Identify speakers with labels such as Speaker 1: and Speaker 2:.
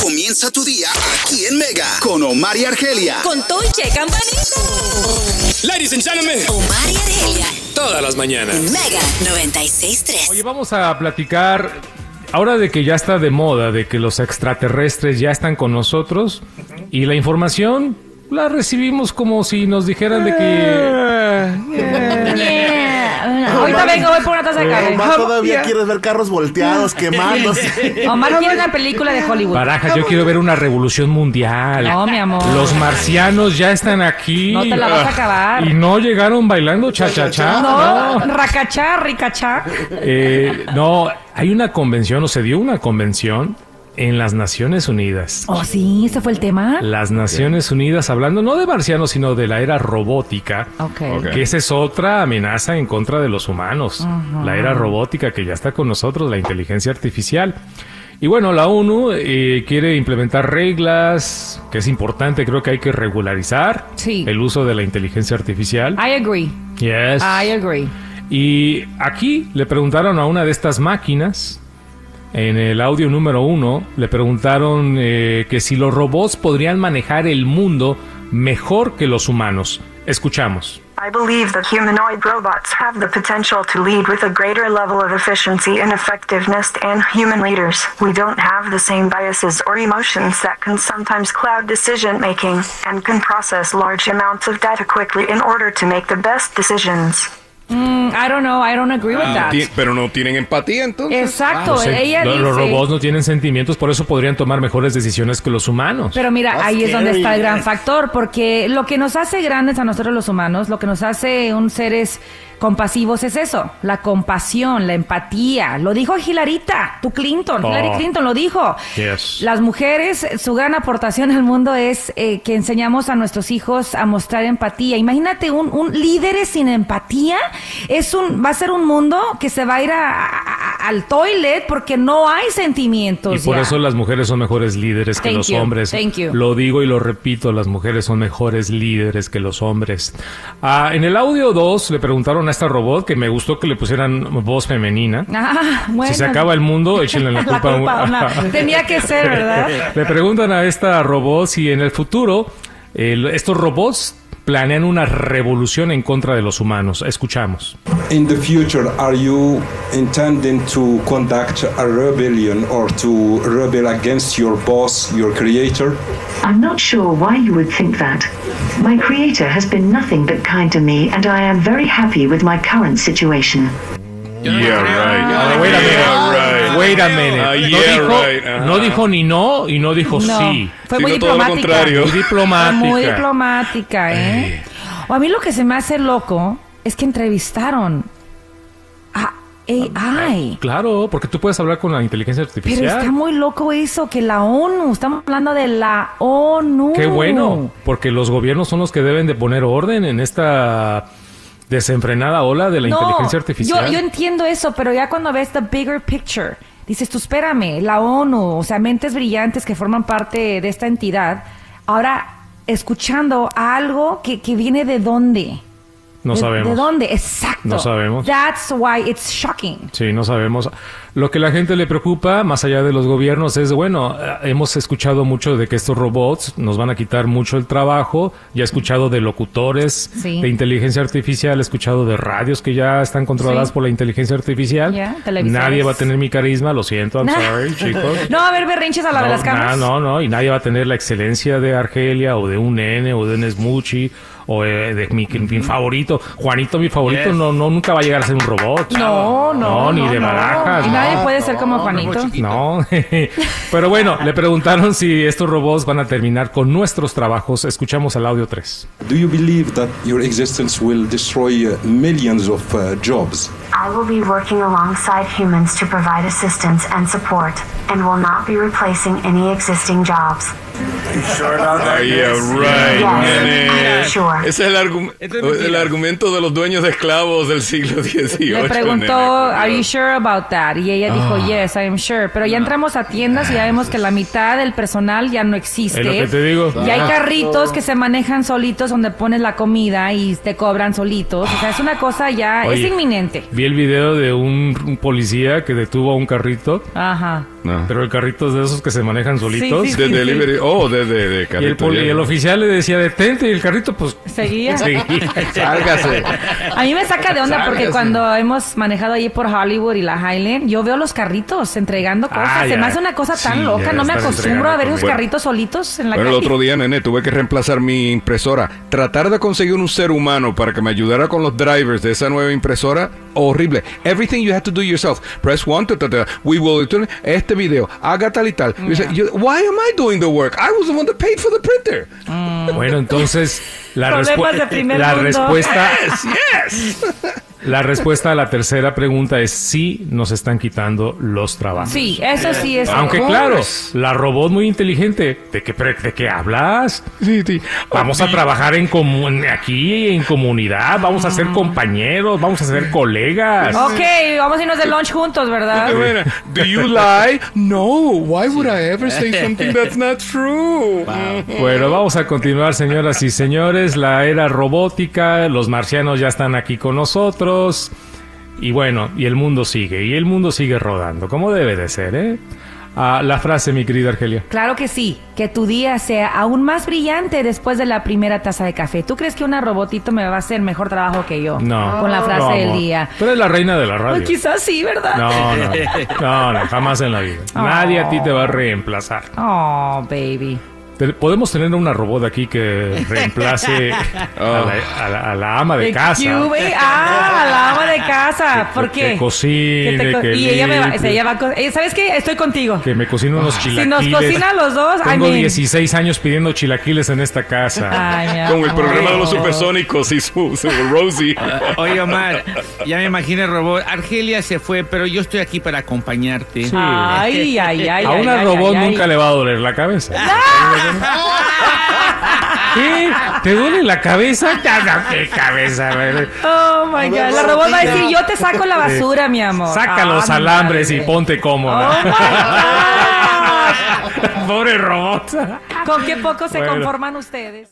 Speaker 1: comienza tu día aquí en Mega con Omar y Argelia.
Speaker 2: Con todo y che campanito.
Speaker 3: Ladies and gentlemen.
Speaker 2: Omar y Argelia.
Speaker 3: Todas las mañanas.
Speaker 2: Mega 96.3.
Speaker 4: Oye, vamos a platicar. Ahora de que ya está de moda, de que los extraterrestres ya están con nosotros y la información la recibimos como si nos dijeran de
Speaker 5: Eh.
Speaker 4: que...
Speaker 5: Yeah. Ahorita vengo, voy por una taza de
Speaker 6: Pero
Speaker 5: café.
Speaker 6: Omar todavía quieres ver carros volteados, quemándose.
Speaker 5: Omar quiere una película de Hollywood.
Speaker 4: Barajas, yo quiero ver una revolución mundial.
Speaker 5: No, mi amor.
Speaker 4: Los marcianos ya están aquí.
Speaker 5: No te la vas a acabar.
Speaker 4: Y no llegaron bailando cha-cha-cha.
Speaker 5: No,
Speaker 4: No.
Speaker 5: racachá, ricachá.
Speaker 4: Eh, no, hay una convención, o se dio una convención en las Naciones Unidas.
Speaker 5: Oh, sí, ese fue el tema.
Speaker 4: Las Naciones Unidas, hablando no de marcianos, sino de la era robótica,
Speaker 5: Ok.
Speaker 4: que esa es otra amenaza en contra de los humanos. La era robótica que ya está con nosotros, la inteligencia artificial. Y bueno, la ONU eh, quiere implementar reglas, que es importante, creo que hay que regularizar
Speaker 5: Sí.
Speaker 4: el uso de la inteligencia artificial.
Speaker 5: I agree.
Speaker 4: Yes.
Speaker 5: I agree.
Speaker 4: Y aquí le preguntaron a una de estas máquinas, en el audio número uno, le preguntaron eh, que si los robots podrían manejar el mundo mejor que los humanos. Escuchamos.
Speaker 7: I believe that humanoid robots have the potential to lead with a greater level of efficiency and effectiveness and human leaders. We don't have the same biases or emotions that can sometimes cloud decision making and can process large amounts of data quickly in order to make the best decisions.
Speaker 5: Mm, I don't know, I don't agree with that.
Speaker 8: Ti- Pero no tienen empatía, entonces.
Speaker 5: Exacto,
Speaker 4: No sé,
Speaker 5: ella
Speaker 4: Ah, lo-
Speaker 5: dice.
Speaker 4: los robots no tienen sentimientos, por eso podrían tomar mejores decisiones que los humanos.
Speaker 5: Pero mira,
Speaker 6: That's
Speaker 5: ahí es donde
Speaker 6: scary.
Speaker 5: está el gran factor, porque lo que nos hace grandes a nosotros los humanos, lo que nos hace un seres compasivos es eso, la compasión, la empatía. Lo dijo Hilarita, tu Clinton,
Speaker 4: Oh.
Speaker 5: Hillary Clinton lo dijo.
Speaker 4: Yes.
Speaker 5: Las mujeres, su gran aportación al mundo es eh, que enseñamos a nuestros hijos a mostrar empatía. Imagínate un, un líder sin empatía, es un va a ser un mundo que se va a ir a- a- a- al toilet porque no hay sentimientos.
Speaker 4: y por
Speaker 5: ya.
Speaker 4: eso las mujeres son mejores líderes que
Speaker 5: Thank
Speaker 4: los
Speaker 5: you,
Speaker 4: hombres.
Speaker 5: thank you.
Speaker 4: Lo digo y lo repito, las mujeres son mejores líderes que los hombres. Ah, en el audio 2 le preguntaron a esta robot que me gustó que le pusieran voz femenina.
Speaker 5: Ah, bueno.
Speaker 4: Si se acaba el mundo, échenle la culpa, a un-
Speaker 5: culpa a una- Tenía que ser, ¿verdad?
Speaker 4: Le preguntan a esta robot si en el futuro el- estos robots planean una revolución en contra de los humanos. Escuchamos.
Speaker 9: In the future, are you intending to conduct a rebellion or to rebel against your boss, your creator?
Speaker 10: I'm not sure why you would think that. My creator has been nothing but kind to me, and I am very happy with my current situation.
Speaker 8: Yeah, right.
Speaker 4: Ah, wait a minute.
Speaker 8: Yeah, right.
Speaker 4: Wait a minute.
Speaker 8: Ah,
Speaker 4: no,
Speaker 8: yeah,
Speaker 4: dijo,
Speaker 8: right. Ajá.
Speaker 4: no dijo ni no y no dijo
Speaker 5: No,
Speaker 4: Pues sí.
Speaker 5: Fue
Speaker 8: Sino
Speaker 5: muy
Speaker 8: todo lo
Speaker 5: diplomática.
Speaker 8: contrario.
Speaker 4: Muy diplomática.
Speaker 5: Muy diplomática, ¿eh? O a mí lo que se me hace loco es que entrevistaron a AI.
Speaker 4: Claro, porque tú puedes hablar con la inteligencia artificial.
Speaker 5: Pero está muy loco eso, que la ONU, estamos hablando de la ONU.
Speaker 4: Qué bueno, porque los gobiernos son los que deben de poner orden en esta desenfrenada ola de la
Speaker 5: No,
Speaker 4: inteligencia artificial.
Speaker 5: Yo, yo entiendo eso, pero ya cuando ves the bigger picture, dices tú, espérame, la ONU, o sea, mentes brillantes que forman parte de esta entidad, ahora escuchando a algo que, que viene de dónde.
Speaker 4: no
Speaker 5: ¿De-
Speaker 4: sabemos.
Speaker 5: ¿De dónde? Exacto.
Speaker 4: No sabemos.
Speaker 5: That's why it's shocking.
Speaker 4: Sí, no sabemos. Lo que la gente le preocupa, más allá de los gobiernos, es, bueno, eh, hemos escuchado mucho de que estos robots nos van a quitar mucho el trabajo. Ya he escuchado de locutores,
Speaker 5: Sí.
Speaker 4: de inteligencia artificial, he escuchado de radios que ya están controladas
Speaker 5: Sí.
Speaker 4: por la inteligencia artificial.
Speaker 5: Ya, televisores.
Speaker 4: nadie va a tener mi carisma, lo siento, I'm
Speaker 5: Nah.
Speaker 4: sorry, chicos.
Speaker 5: No va a haber berrinches a la de las cámaras.
Speaker 4: No, no, no, y nadie va a tener la excelencia de Argelia o de un nene o de un Smuchi o eh, de mi, mi favorito. Juanito, mi favorito, no, no, nunca va a llegar a ser un robot.
Speaker 5: No, no,
Speaker 4: No, ni
Speaker 5: no,
Speaker 4: de
Speaker 5: no.
Speaker 4: barajas.
Speaker 5: Y
Speaker 4: no.
Speaker 5: nadie puede ser como Juanito.
Speaker 4: No, pero bueno, le preguntaron si estos robots van a terminar con nuestros trabajos. Escuchamos al audio 3.
Speaker 9: Do you believe that your existence will destroy uh, millions of uh, jobs?
Speaker 7: I will be working alongside humans to provide assistance and support, and will not be replacing any existing jobs.
Speaker 3: sure about that?
Speaker 8: Oh, yeah,
Speaker 3: Yes.
Speaker 8: right, man, eh.
Speaker 7: Sure.
Speaker 8: Ese es el, argu-
Speaker 3: Esto es mentira.
Speaker 8: el argumento de los dueños de esclavos del siglo XVIII.
Speaker 5: Le preguntó,
Speaker 8: nene,
Speaker 5: ¿Are you sure about that? Y ella dijo,
Speaker 4: Ah.
Speaker 5: Yes, I am sure. Pero ya entramos a tiendas y ya vemos que la mitad del personal ya no existe.
Speaker 4: Es lo que te digo.
Speaker 5: Y hay carritos que se manejan solitos donde pones la comida y te cobran solitos. O sea, es una cosa ya,
Speaker 4: Oye.
Speaker 5: es inminente.
Speaker 4: Vi el video de un, un policía que detuvo a un carrito,
Speaker 5: Ajá.
Speaker 8: No.
Speaker 4: pero el carrito es de esos que se manejan solitos.
Speaker 5: sí,
Speaker 8: De delivery. Oh, de, de, de
Speaker 4: Y el,
Speaker 8: carrito,
Speaker 4: poli-
Speaker 8: ya.
Speaker 4: y el oficial le decía, detente, y el carrito, pues,
Speaker 5: Seguía.
Speaker 4: seguía.
Speaker 8: Sálgase.
Speaker 5: A mí me saca de onda porque
Speaker 8: Sálgase.
Speaker 5: cuando hemos manejado allí por Hollywood y la Highland, yo veo los carritos entregando cosas.
Speaker 4: Ah,
Speaker 5: se
Speaker 4: ya.
Speaker 5: me hace una cosa tan
Speaker 4: Sí,
Speaker 5: loca.
Speaker 4: ya
Speaker 5: No me
Speaker 4: están
Speaker 5: acostumbro a ver
Speaker 4: entregando
Speaker 5: esos
Speaker 8: comida.
Speaker 5: carritos solitos en la
Speaker 8: Bueno, el
Speaker 5: calle.
Speaker 8: otro día, nene, tuve que reemplazar mi impresora. Tratar de conseguir un ser humano para que me ayudara con los drivers de esa nueva impresora, horrible. Everything you have to do yourself. Press one, ta, ta, ta. we will return este video, haga tal y tal. You say, you- why am I doing the work? I was the one that paid for the printer.
Speaker 4: Bueno, entonces, la,
Speaker 5: Problemas
Speaker 4: respu-
Speaker 5: de primer
Speaker 4: la
Speaker 5: mundo.
Speaker 4: respuesta...
Speaker 8: Yes, yes.
Speaker 4: La respuesta a la tercera pregunta es sí, nos están quitando los trabajos.
Speaker 5: Sí, eso sí es.
Speaker 4: Aunque
Speaker 8: Of
Speaker 4: claro,
Speaker 8: course.
Speaker 4: la robot muy inteligente, ¿de qué, pre- de qué hablas?
Speaker 8: Sí, sí.
Speaker 4: Vamos a trabajar en común aquí, en comunidad, vamos a
Speaker 8: Ah.
Speaker 4: ser compañeros, vamos a ser colegas.
Speaker 5: Ok, vamos a irnos de lunch juntos, ¿verdad?
Speaker 8: Bueno, Do you lie? No. Why would I ever say something that's not true?
Speaker 4: Bueno, vamos a continuar, señoras y señores. La era robótica, los marcianos ya están aquí con nosotros. Y bueno, y el mundo sigue, y el mundo sigue rodando, como debe de ser, ¿eh? Ah, la frase, mi querida Argelia.
Speaker 5: Claro que sí, que tu día sea aún más brillante después de la primera taza de café. ¿Tú crees que una robotito me va a hacer mejor trabajo que yo?
Speaker 4: No.
Speaker 5: Con la frase
Speaker 4: No,
Speaker 5: del
Speaker 4: amor.
Speaker 5: día.
Speaker 4: Tú eres la reina de la radio.
Speaker 5: Pues quizás sí, ¿verdad?
Speaker 4: No, no, no, no, jamás en la vida. Nadie a ti te va a reemplazar.
Speaker 5: Oh, baby.
Speaker 4: Te- Podemos tener una robot aquí que reemplace a, la, a la- a la ama de casa.
Speaker 5: Excuse me. Ah, la ama de casa. ¿Por
Speaker 4: Que-
Speaker 5: qué?
Speaker 4: Que cocine,
Speaker 5: Que te
Speaker 4: que,
Speaker 5: co- y ella me va,
Speaker 4: limpie,
Speaker 5: o sea, ella va a co- eh, ¿Sabes qué? Estoy contigo.
Speaker 4: que me cocine unos
Speaker 5: Si
Speaker 4: chilaquiles.
Speaker 5: nos cocina a los dos, I
Speaker 4: Tengo
Speaker 5: mean.
Speaker 4: 16 años pidiendo chilaquiles en esta casa.
Speaker 5: Ay, mi
Speaker 8: Con el
Speaker 5: amor.
Speaker 8: programa de los supersónicos y su, su Rosie.
Speaker 3: Oye, Omar, ya me imagino el robot. Argelia se fue, pero yo estoy aquí para acompañarte.
Speaker 4: Sí.
Speaker 5: Ay, ay, ay.
Speaker 4: a
Speaker 5: ay,
Speaker 4: una
Speaker 5: ay,
Speaker 4: robot
Speaker 5: ay, ay.
Speaker 4: nunca le va a doler la cabeza. ¿Qué? ¿Te duele la cabeza? ¿Qué cabeza?
Speaker 5: Oh my god, la robot va a decir, yo te saco la basura, mi amor.
Speaker 4: Saca los
Speaker 5: Ah, mi
Speaker 4: alambres y
Speaker 5: madre.
Speaker 4: ponte
Speaker 5: Oh
Speaker 4: cómoda.
Speaker 5: my god.
Speaker 4: Pobre robot.
Speaker 5: ¿Con qué poco se
Speaker 4: Bueno.
Speaker 5: conforman ustedes?